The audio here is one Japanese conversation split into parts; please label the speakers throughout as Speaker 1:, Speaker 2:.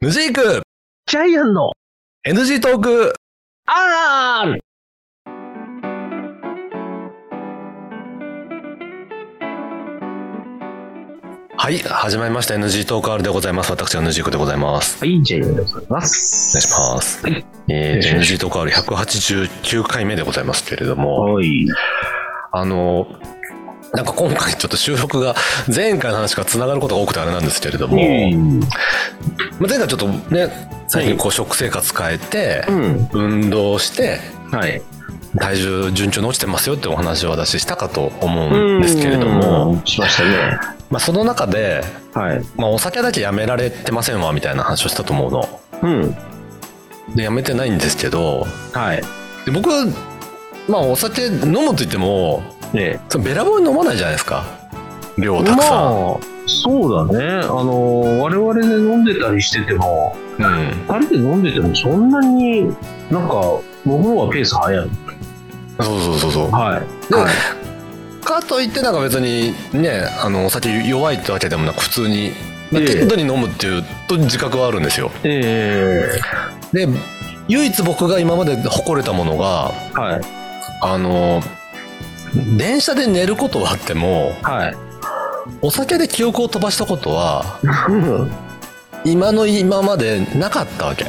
Speaker 1: ヌジーク
Speaker 2: ジャイアンの
Speaker 1: NG トーク
Speaker 2: R!
Speaker 1: はい、始まりました NG トーク R でございます。私はヌジークでございます。
Speaker 2: はい、ジャイアンでござい
Speaker 1: お
Speaker 2: ま
Speaker 1: 願いし
Speaker 2: す。
Speaker 1: ます。
Speaker 2: はい
Speaker 1: えーと
Speaker 2: よろし
Speaker 1: NG トーク R189 回目でございますけれども、
Speaker 2: はい。
Speaker 1: あの、なんか今回ちょっと収録が前回の話から繋がることが多くてあれなんですけれども、
Speaker 2: うん。
Speaker 1: まあ前回ちょっとね、最近こう食生活変えて、
Speaker 2: うん。
Speaker 1: 運動して、
Speaker 2: はい。
Speaker 1: 体重順調に落ちてますよってお話を私したかと思うんですけれども、
Speaker 2: うん、しましたね。
Speaker 1: まあその中で、
Speaker 2: はい。
Speaker 1: まあ、お酒だけやめられてませんわみたいな話をしたと思うの
Speaker 2: うん。
Speaker 1: でやめてないんですけど
Speaker 2: はい。
Speaker 1: で僕まあお酒飲むといっても
Speaker 2: ね
Speaker 1: そのべらぼうに飲まないじゃないですか量をたくさん、
Speaker 2: まあ、そうだね。あの、我々で飲んでたりしてても、
Speaker 1: うん
Speaker 2: 二人で飲んでてもそんなになんか、僕の方がペース早い。
Speaker 1: そうそうそうそう
Speaker 2: はい
Speaker 1: で
Speaker 2: はい。
Speaker 1: かといってなんか別にねあのお酒弱いってわけでもなく普通にまあ
Speaker 2: ええ
Speaker 1: 適度に飲むっていうと自覚はあるんですよ
Speaker 2: え
Speaker 1: で唯一僕が今まで誇れたものが
Speaker 2: えはい。
Speaker 1: あの電車で寝ることはあっても
Speaker 2: はい。
Speaker 1: お酒で記憶を飛ばしたことは今の今までなかったわけ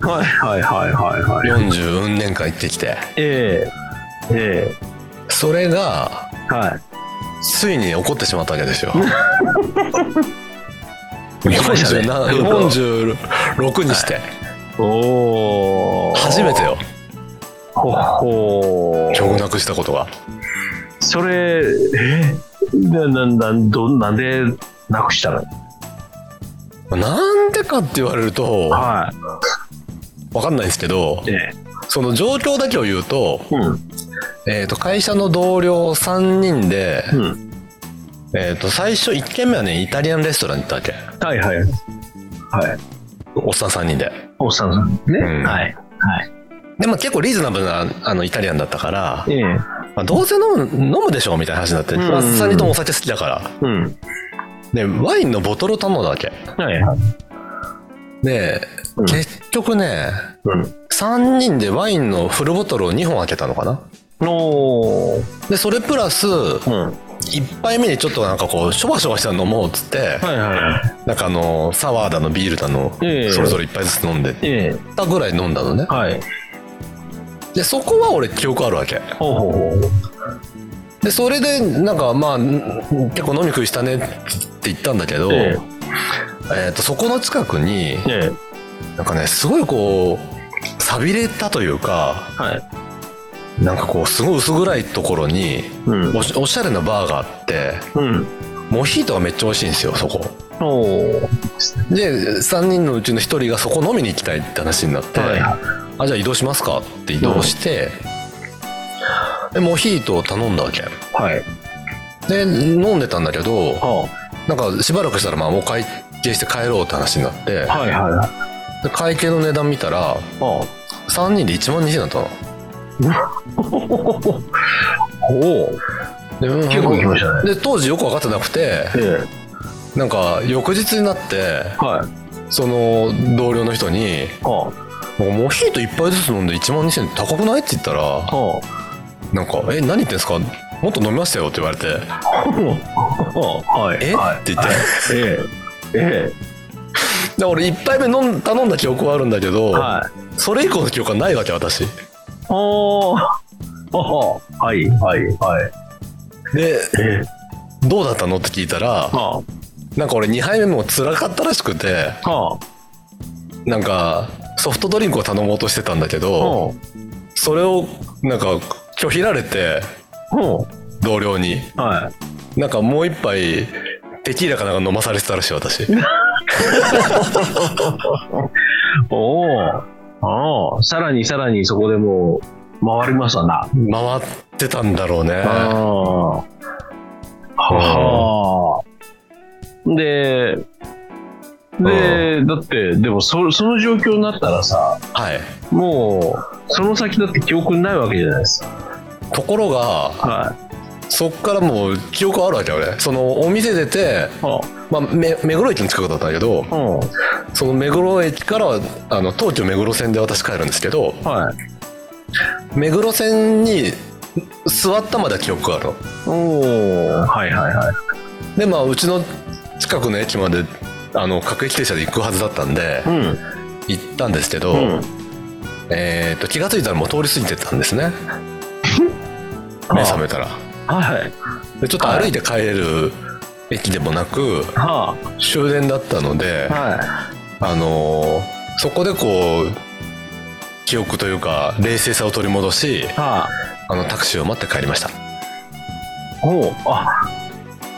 Speaker 2: はいはいはいはいはい。
Speaker 1: 40運年間行ってきて
Speaker 2: えええ
Speaker 1: それが
Speaker 2: えはい。
Speaker 1: ついに起こってしまったわけですよ
Speaker 2: 見ましたね
Speaker 1: 47 46にして
Speaker 2: おお
Speaker 1: 初めてよ
Speaker 2: ほほ
Speaker 1: 記憶なくしたことが
Speaker 2: それえなななんどなんでなくしたの
Speaker 1: なんでかって言われるとわ
Speaker 2: は
Speaker 1: かんないですけど
Speaker 2: いえ
Speaker 1: その状況だけを言うと,、
Speaker 2: えうん
Speaker 1: えー、と会社の同僚3人で、
Speaker 2: うん
Speaker 1: えー、と最初1軒目はねイタリアンレストランに行ったわけ
Speaker 2: はいはいはい
Speaker 1: おっさん3人で
Speaker 2: おっさんさんね、
Speaker 1: うん
Speaker 2: はいはい
Speaker 1: でも結構リーズナブルなあのイタリアンだったから、
Speaker 2: ええ
Speaker 1: まあ、どうせ飲む飲むでしょうみたいな話になって、
Speaker 2: うん
Speaker 1: まあ、3人ともお酒好きだから
Speaker 2: うん
Speaker 1: でワインのボトルを頼んだわけ
Speaker 2: はいはい
Speaker 1: で、
Speaker 2: うん
Speaker 1: 結局ね
Speaker 2: うん
Speaker 1: 3人でワインのフルボトルを2本開けたのかな
Speaker 2: おー
Speaker 1: でそれプラス1
Speaker 2: うん
Speaker 1: 杯目にちょっとなんかこうしょばしょばしたの飲もうっつって、
Speaker 2: はいはい
Speaker 1: なんかあのサワーだのビールだの、
Speaker 2: ええ
Speaker 1: それぞれ1杯ずつ飲んで
Speaker 2: ええ
Speaker 1: たぐらい飲んだのね
Speaker 2: はい
Speaker 1: でそこは俺記憶あるわけ
Speaker 2: ほうほうほう
Speaker 1: でそれでなんかまあん結構飲み食いしたねって言ったんだけど、
Speaker 2: え
Speaker 1: えー、とそこの近くに
Speaker 2: えええ
Speaker 1: なんかねすごいこう寂れたというか
Speaker 2: はい
Speaker 1: なんかこうすごい薄暗いところに
Speaker 2: うん
Speaker 1: おしおしゃれなバーがあって
Speaker 2: うん
Speaker 1: モヒートがめっちゃ美味しいんですよそこ
Speaker 2: おー
Speaker 1: で3人のうちの1人がそこ飲みに行きたいって話になって、
Speaker 2: はい
Speaker 1: あじゃあ移動しますかって移動して、でモヒートを頼んだわけ
Speaker 2: はい
Speaker 1: で飲んでたんだけど
Speaker 2: は
Speaker 1: なんかしばらくしたらまあもう会計して帰ろうって話になって
Speaker 2: あはいはいはい
Speaker 1: で会計の値段見たら
Speaker 2: はあ
Speaker 1: 3人で1万2000円だったの
Speaker 2: おお
Speaker 1: でうん
Speaker 2: 結構行きましたね。
Speaker 1: で当時よく分かってなくて
Speaker 2: ええ
Speaker 1: なんか翌日になって
Speaker 2: はい。
Speaker 1: その同僚の人に「
Speaker 2: は
Speaker 1: なんかモヒート1杯ずつ飲んで1万2000円高くない?」って言ったら
Speaker 2: あ。は
Speaker 1: 「なんかえ何言ってんすかもっと飲みましたよ」って言われて
Speaker 2: あ。は
Speaker 1: 「
Speaker 2: い。
Speaker 1: え
Speaker 2: は
Speaker 1: っ
Speaker 2: い。
Speaker 1: て言って
Speaker 2: ええ。え
Speaker 1: で俺1杯目飲ん頼んだ記憶はあるんだけど、
Speaker 2: え。はい。
Speaker 1: それ以降の記憶はないわけ私
Speaker 2: おお。はあ。はい。はい。はい。
Speaker 1: で
Speaker 2: ええ。
Speaker 1: 「どうだったの?」って聞いたら
Speaker 2: は
Speaker 1: なんか俺2杯目も辛かったらしくて
Speaker 2: あ。は
Speaker 1: なんかソフトドリンクを頼もうとしてたんだけ
Speaker 2: あ。
Speaker 1: ど
Speaker 2: は
Speaker 1: それをなんか拒否られて
Speaker 2: あ。は
Speaker 1: 同僚に
Speaker 2: あ。はい。
Speaker 1: なんかもう一杯テキーラかなんか飲まされてたらしい私で
Speaker 2: おお。ああ。さらにさらにそこでもう回りましたな。
Speaker 1: 回ってたんだろうね
Speaker 2: ああ。はあ。で、で、だって、でもそ、その状況になったらさ、
Speaker 1: はい
Speaker 2: もう、その先だって記憶ないわけじゃないですか。
Speaker 1: ところが
Speaker 2: は
Speaker 1: そっからもう記憶あるわけよねそのお店出て、
Speaker 2: あ
Speaker 1: まあ、め目黒駅の近くだったんだけど
Speaker 2: うん。
Speaker 1: その目黒駅からあの東京目黒線で私帰るんですけど
Speaker 2: はい。
Speaker 1: 目黒線に座ったまでは記憶があるの
Speaker 2: おー。はいはいはい。
Speaker 1: でまあうちの近くの駅まであの各駅停車で行くはずだったんで
Speaker 2: うん。
Speaker 1: 行ったんですけど、
Speaker 2: うん。
Speaker 1: えー、と気が付いたらもう通り過ぎてたんです ね目覚めたら
Speaker 2: はい。
Speaker 1: でちょっと歩いて帰れる駅でもなく
Speaker 2: は
Speaker 1: 終電だったので
Speaker 2: あ。は
Speaker 1: あのーそこでこう記憶というか冷静さを取り戻し
Speaker 2: い。はあ。
Speaker 1: あのタクシーを待って帰りました
Speaker 2: おうあ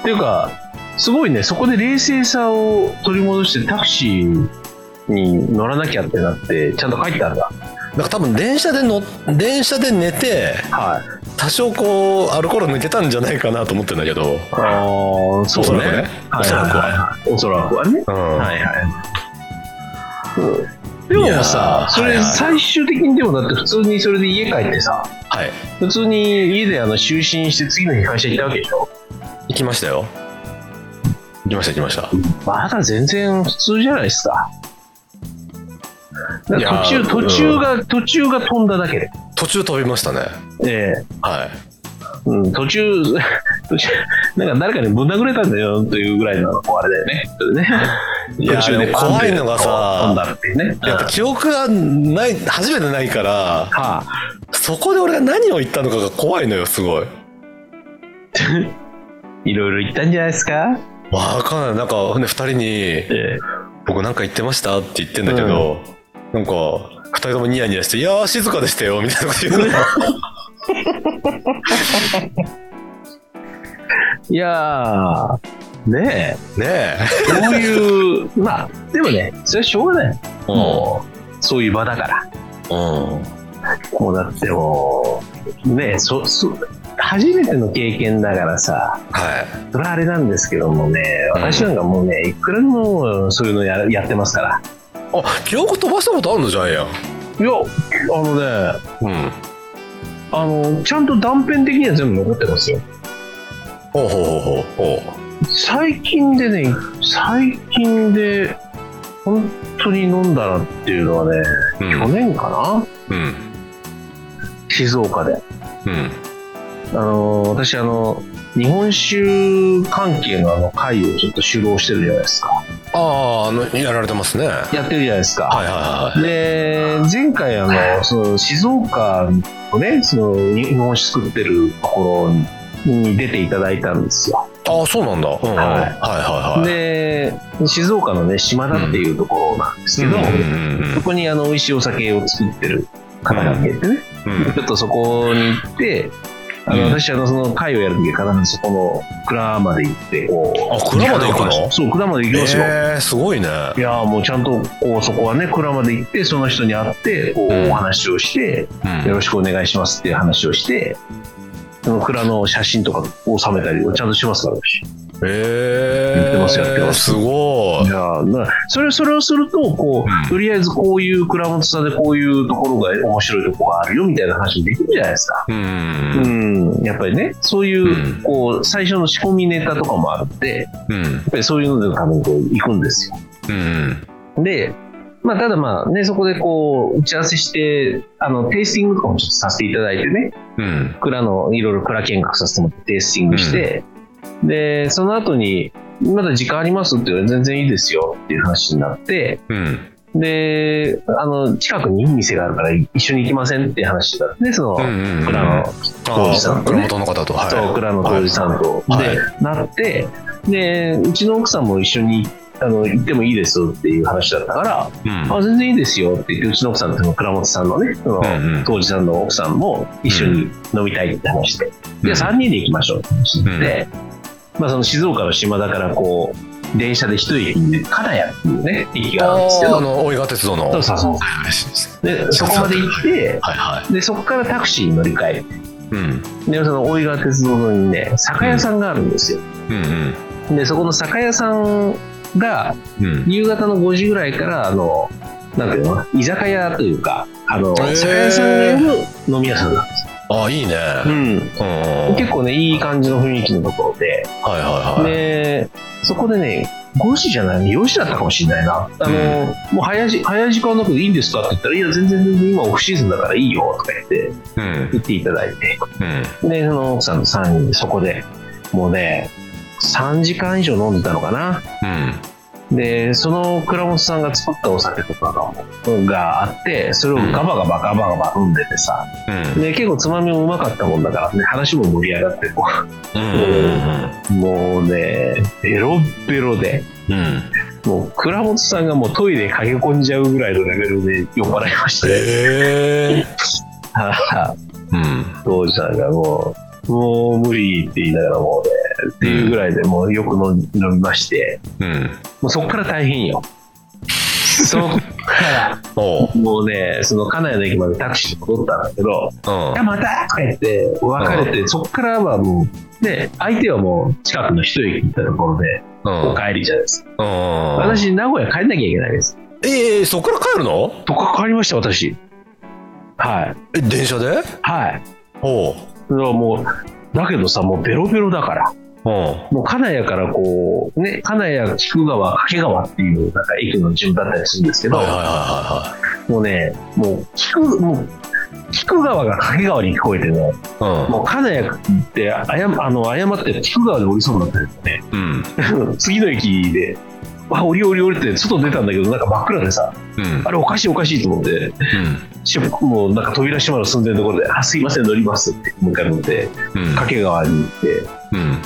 Speaker 2: っていうかすごいねそこで冷静さを取り戻してタクシーに乗らなきゃってなってちゃんと帰ったんだ
Speaker 1: だから多分電車での電車で寝て
Speaker 2: はい
Speaker 1: 多少こうアルコール抜けたんじゃないかなと思ってんだけど
Speaker 2: ああそ
Speaker 1: おそうらく
Speaker 2: ね
Speaker 1: ね
Speaker 2: は
Speaker 1: お
Speaker 2: い
Speaker 1: そらくは
Speaker 2: はいおそらくはね
Speaker 1: うん、
Speaker 2: はいはいうんでも
Speaker 1: いやー
Speaker 2: さそ
Speaker 1: はい
Speaker 2: れ
Speaker 1: はい
Speaker 2: 最終的にでもだって普通にそれで家帰ってさ
Speaker 1: はい
Speaker 2: 普通に家であの就寝して次の日会社行ったわけでしょ
Speaker 1: 行きましたよ行きました行きました
Speaker 2: まだ全然普通じゃないですか。
Speaker 1: いやー
Speaker 2: 途中、途中が、途中が飛んだだけで。
Speaker 1: 途中飛びましたね
Speaker 2: ええ
Speaker 1: はい
Speaker 2: うん、途中、 途中、なんか誰かにぶん殴れたんだよというぐらいのあれだよね。それでね。
Speaker 1: いやー
Speaker 2: 途中
Speaker 1: でも怖いのがさ
Speaker 2: 飛んだっていうね。
Speaker 1: やっぱ記憶がない初めてないから
Speaker 2: は
Speaker 1: そこで俺が何を言ったのかが怖いのよすごい
Speaker 2: あ、いろいろ言ったんじゃないですか
Speaker 1: わかんないなんかほんで2人に
Speaker 2: え
Speaker 1: 「僕なんか言ってました?」って言ってんだけど、なんか2人ともニヤニヤして「いやー静かでしたよ」みたいなこと言 うの
Speaker 2: えいやー、ね
Speaker 1: ねえ
Speaker 2: え、そういう、まあ、でもね、それはしょうがない。
Speaker 1: うん
Speaker 2: もう、そういう場だから。
Speaker 1: うん
Speaker 2: もうだってもう、ねえそ、そ、初めての経験だからさ、
Speaker 1: はい
Speaker 2: それはあれなんですけどもね、
Speaker 1: うん
Speaker 2: 私なんかもうね、いくらでもそういうのややってますから。
Speaker 1: あ記憶飛ばしたことあるのじゃんや
Speaker 2: いや、あのね、
Speaker 1: うん
Speaker 2: あの、ちゃんと断片的には全部残ってますよ。
Speaker 1: ほうほうほうほうほ
Speaker 2: 最近でね、最近で、本当に飲んだなっていうのはね、
Speaker 1: うう
Speaker 2: 去
Speaker 1: ん
Speaker 2: 年かな
Speaker 1: うん
Speaker 2: 静岡で。
Speaker 1: うん
Speaker 2: あの、私あの、日本酒関係のあの会をちょっと主導してるじゃないですか。
Speaker 1: あああのやられてますねはい
Speaker 2: やってるじゃないですか。
Speaker 1: はいはい
Speaker 2: で、前回あの、その静岡のね、その日本酒作ってるところに出ていただいたんですよ。
Speaker 1: ああそうなんだ、うんうん、はい
Speaker 2: はい
Speaker 1: はいはい
Speaker 2: で、静岡のね、島田っていうところなんですけど、そこにあの、美味しいお酒を作ってる方がいてね、ちょっとそこに行って、あの、
Speaker 1: うん
Speaker 2: 私あの、その会をやるときは必ずそこの蔵まで行って、こう。
Speaker 1: あ蔵まで行くの
Speaker 2: そう、蔵まで行きますよ。
Speaker 1: えー、すごいね
Speaker 2: いやーもうちゃんとこうそこはね蔵まで行ってその人に会ってこう
Speaker 1: うん
Speaker 2: お話をして
Speaker 1: うん
Speaker 2: よろしくお願いしますっていう話をして、その蔵の写真とかを収めたり、ちゃんとしますから私。
Speaker 1: えー、
Speaker 2: やってますやってます
Speaker 1: すごい
Speaker 2: いやーなそれ、それをすると、こ
Speaker 1: うん
Speaker 2: う、とりあえずこういう蔵元さんでこういうところが面白いところがあるよみたいな話もできるじゃないですか。
Speaker 1: うん
Speaker 2: うん、やっぱりね、そういうう、
Speaker 1: ん
Speaker 2: こう、最初の仕込みネタとかもあって、やっ
Speaker 1: うん
Speaker 2: ぱりそういうののためにこう行くんですよ。
Speaker 1: うん
Speaker 2: で、まあ、ただまあね、そこでこう、打ち合わせして、あの、テイスティングとかもちょっとさせていただいてね、
Speaker 1: うん
Speaker 2: 蔵の、いろいろ蔵見学させてもらってテイスティングして、で、その後に、まだ時間ありますって言われて全然いいですよっていう話になって、
Speaker 1: うん
Speaker 2: で、あの、近くにいい店があるから一緒に行きませんって話だったね、その、
Speaker 1: うん
Speaker 2: 蔵の、
Speaker 1: あ
Speaker 2: 当時さ
Speaker 1: あ
Speaker 2: んと
Speaker 1: 蔵
Speaker 2: ね
Speaker 1: 元の方とはい
Speaker 2: そう蔵の当時さんと、
Speaker 1: はい
Speaker 2: で、なって、で、うちの奥さんも一緒に、あの、行ってもいいですっていう話だったから、
Speaker 1: うん
Speaker 2: あ全然いいですよって言ってうちの奥さんとその倉本さんのねその、
Speaker 1: うんうん
Speaker 2: 当時さんの奥さんも一緒に飲みたいって話して、
Speaker 1: う
Speaker 2: で
Speaker 1: ん
Speaker 2: 3人で行きましょうって話になって、まあ、その静岡の島だからこう電車で一駅に金谷っていうね駅があるんですけ
Speaker 1: あーあ
Speaker 2: ど
Speaker 1: の大井川鉄道の
Speaker 2: そうそうそう
Speaker 1: はいはい
Speaker 2: でそこまで行って
Speaker 1: はいは
Speaker 2: でそこからタクシーに乗り換え
Speaker 1: いうん
Speaker 2: てでその大井川鉄道沿いにね酒屋さんがあるんですよ、
Speaker 1: うん
Speaker 2: でそこの酒屋さんが
Speaker 1: うんうん
Speaker 2: 夕方の5時ぐらいからあのなんていうの居酒屋というかあの
Speaker 1: へー
Speaker 2: 酒屋さんがやる飲み屋さんなんです
Speaker 1: ああ、いいね。
Speaker 2: うん。
Speaker 1: うん。はい
Speaker 2: 結構ね、いい感じの雰囲気のところで、
Speaker 1: はいはい。
Speaker 2: で、そこでね、5時じゃない、4時だったかもしれないな。あの、もう早い時早い時間だけどいいんですかって言ったら、いや、全然全然今オフシーズンだからいいよとか言って、
Speaker 1: うん。
Speaker 2: 言っていただいて。
Speaker 1: うん。
Speaker 2: で、その奥さんの3人でそこで、もうね、3時間以上飲んでたのかな。
Speaker 1: うん。
Speaker 2: で、その倉本さんが作ったお酒とかががあって、それをガバガバガバガバ飲んでてさ、
Speaker 1: うん。
Speaker 2: で、結構つまみもうまかったもんだからね、話も盛り上がって、こ
Speaker 1: うん。
Speaker 2: うもうね、ベロッベロで、
Speaker 1: うん。
Speaker 2: もう倉本さんがもうトイレ駆け込んじゃうぐらいのレベルで酔っ払いまして、
Speaker 1: ええ。うん。
Speaker 2: 当時さんがもう、もう無理って言いながらもうね、っていうぐらいでもうよく飲み飲みまして、
Speaker 1: うん。
Speaker 2: もうそっから大変よ。そっから、
Speaker 1: おう。
Speaker 2: もうね、その金谷の駅までタクシーで戻ったんだけど、
Speaker 1: うん
Speaker 2: いや。またとか言って別れて、そっからはもうで相手はもう近くの一駅行ったところで、
Speaker 1: うん
Speaker 2: お。帰りじゃないですか、
Speaker 1: うん。
Speaker 2: 私名古屋帰んなきゃいけないです
Speaker 1: ええ、そこから帰るの
Speaker 2: とか帰りました私はい
Speaker 1: え、電車で
Speaker 2: はい
Speaker 1: おう。
Speaker 2: だからもうだけどさもうベロベロだから
Speaker 1: うん。
Speaker 2: もう金谷からこうね金谷菊川掛川っていうなんか駅の順番だったりするんですけど、
Speaker 1: はいはいは
Speaker 2: もうねもう菊もう菊川が掛川に聞こえてね
Speaker 1: いはいはい。
Speaker 2: もう金谷ってあやあの誤って菊川で降りそうになったんですよね
Speaker 1: う ん。うん。
Speaker 2: 次の駅で、あ、降りよう降りよう降りって外出たんだけど、なんか真っ暗でさ、
Speaker 1: うん。
Speaker 2: あれおかしいおかしいと思って、
Speaker 1: う
Speaker 2: しもうなんか扉閉まる寸前のところで、あ、すいません、乗りますって、もう一回乗って、
Speaker 1: ん。うん。
Speaker 2: 掛川に行って、
Speaker 1: うん。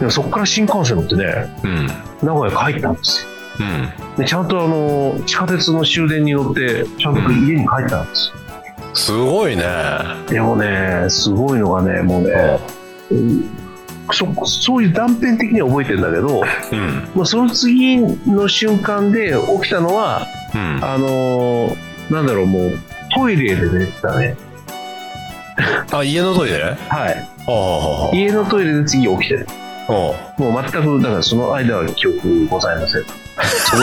Speaker 2: でもそこから新幹線乗ってね、
Speaker 1: うん。
Speaker 2: 名古屋帰ったんですよ。
Speaker 1: うん。
Speaker 2: でちゃんとあの地下鉄の終電に乗って、ちゃんと家に帰ったんですよ。
Speaker 1: すごいね。
Speaker 2: でもね、すごいのがね、もうね、うんそそういう断片的には覚えてるんだけど、
Speaker 1: うん。
Speaker 2: もうその次の瞬間で起きたのは、
Speaker 1: うん。
Speaker 2: あのー、なんだろう、もう、トイレで寝てたね。
Speaker 1: あ、家のトイレあ
Speaker 2: はい。
Speaker 1: あ。あ
Speaker 2: 家のトイレで次起きてる。
Speaker 1: あ
Speaker 2: もう全く、だからその間は記憶ございません。そ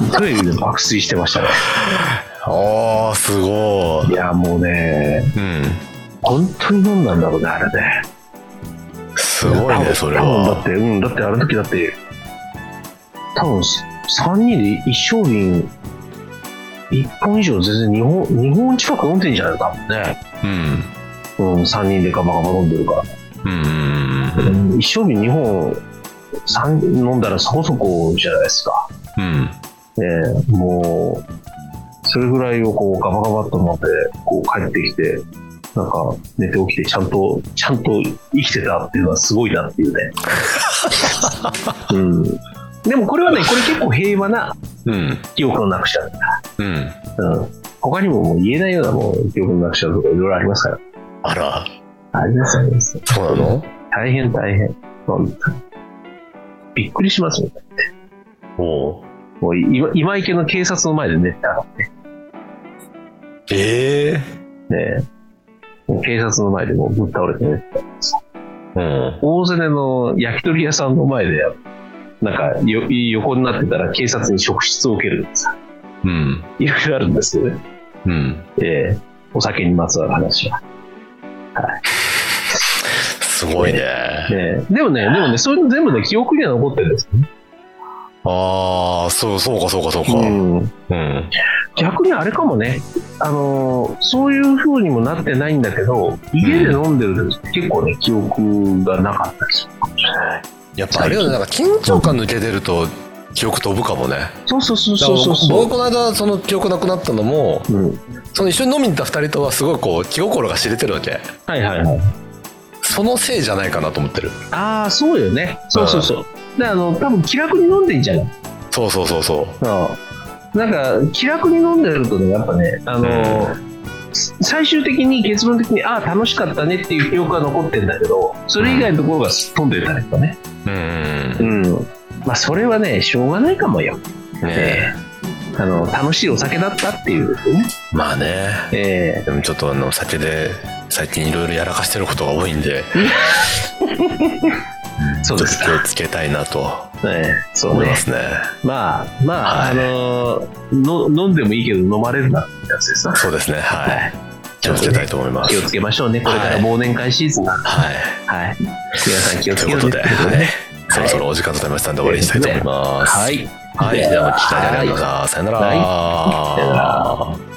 Speaker 2: こで、トイレで爆睡してましたね。
Speaker 1: ああ、すご
Speaker 2: いや、もうね、
Speaker 1: い。うん。
Speaker 2: 本当に飲んだんだろうね、あれね。
Speaker 1: すごい
Speaker 2: 多
Speaker 1: ね、
Speaker 2: 分
Speaker 1: それ
Speaker 2: 多分だっ
Speaker 1: は。
Speaker 2: て、うん、だってあの時だって、多分、3人で一商品、1本以上全然2本、2本近く飲んでんじゃないかもね。
Speaker 1: うん。
Speaker 2: うん、3人でガバガバ飲んでるから。
Speaker 1: うん。うん。
Speaker 2: 一生日2本三飲んだらそこそこじゃないですか、
Speaker 1: うん。
Speaker 2: ねえもうそれぐらいをこうガバガバっと飲んでこう帰ってきてなんか寝て起きてちゃんとちゃんと生きてたっていうのはすごいなっていう ね、うん、でもこれはねこれ結構平和な
Speaker 1: うん。
Speaker 2: 記憶のなくしちゃう、
Speaker 1: うん。
Speaker 2: うん、他にももう言えないようなもう記憶のなくしちゃうとかいろいろありますか
Speaker 1: あら、
Speaker 2: らありますあります
Speaker 1: そうなの
Speaker 2: 大変大変本当にびっくりしますよ
Speaker 1: お
Speaker 2: もう今今池の警察の前で寝てたの
Speaker 1: ええ。
Speaker 2: ね。もう警察の前でもうぶっ倒れてね。
Speaker 1: うん。
Speaker 2: 大瀬根の焼き鳥屋さんの前で、なんかよ横になってたら警察に職質を受けるとかさ、
Speaker 1: うん。
Speaker 2: いろいろあるんですよね。
Speaker 1: うん。
Speaker 2: ええお酒にまつわる話は。
Speaker 1: すごいね。
Speaker 2: ええでもね、でもね、そういうの全部ね、記憶には残ってるんですよね。
Speaker 1: ああ、そう、そうか、そうか、そうか。
Speaker 2: うん
Speaker 1: うん。
Speaker 2: 逆にあれかもね、あのーそういう風にもなってないんだけど、家で飲んでると結構ね、記憶がなかったりするかもしれない。
Speaker 1: やっぱあれよね、なんか緊張感抜けてると、記憶飛ぶかもね。
Speaker 2: そうそうそうそうそう
Speaker 1: だから
Speaker 2: そ
Speaker 1: 僕、この間、その記憶なくなったのも、
Speaker 2: う。うん
Speaker 1: その一緒に飲みに行った二人とは、すごいこう、気心が知れてるわけ。
Speaker 2: はいはいはい。
Speaker 1: そのせいじゃないかなと思ってる。
Speaker 2: ああ、そうよね。そうそうそう。で、あの、多分気楽に飲んでんじゃない
Speaker 1: そうそうそうそう。
Speaker 2: うん。なんか、気楽に飲んでるとね、やっぱね、あのー、最終的に結論的に、ああ、楽しかったねっていう記憶は残ってんだけど、それ以外のところがすっ飛んでたりとかね。
Speaker 1: うん。
Speaker 2: ん。まあ、それはね、しょうがないかもよ。
Speaker 1: ね
Speaker 2: ええあの、楽しいお酒だったっていうね。
Speaker 1: まあね。
Speaker 2: え
Speaker 1: でもちょっとあの、酒で、最近いろいろやらかしてることが多いん で、
Speaker 2: えそう
Speaker 1: ちょ
Speaker 2: で
Speaker 1: っ
Speaker 2: す
Speaker 1: と
Speaker 2: か。
Speaker 1: 気をつけたいなと
Speaker 2: ええそう
Speaker 1: 思いま
Speaker 2: ね。
Speaker 1: すね。
Speaker 2: まあ、まあ、
Speaker 1: はい
Speaker 2: あのーの飲んでもいいけど飲まれるなってやつですな。
Speaker 1: そうですね。はい。気をつけたいと思います
Speaker 2: 気をつけましょうね。これから忘年会シーズンなんで。
Speaker 1: はい
Speaker 2: はい。皆さん気をつ
Speaker 1: と
Speaker 2: け
Speaker 1: いう
Speaker 2: ま
Speaker 1: こ
Speaker 2: しょ
Speaker 1: と
Speaker 2: う
Speaker 1: で、
Speaker 2: ね。
Speaker 1: はい、そろそろお時間となりましたので終わりにしたいと思います。
Speaker 2: はい。
Speaker 1: はい、ではお聞きいただきありがとうございました。さよなら。
Speaker 2: はいさよなら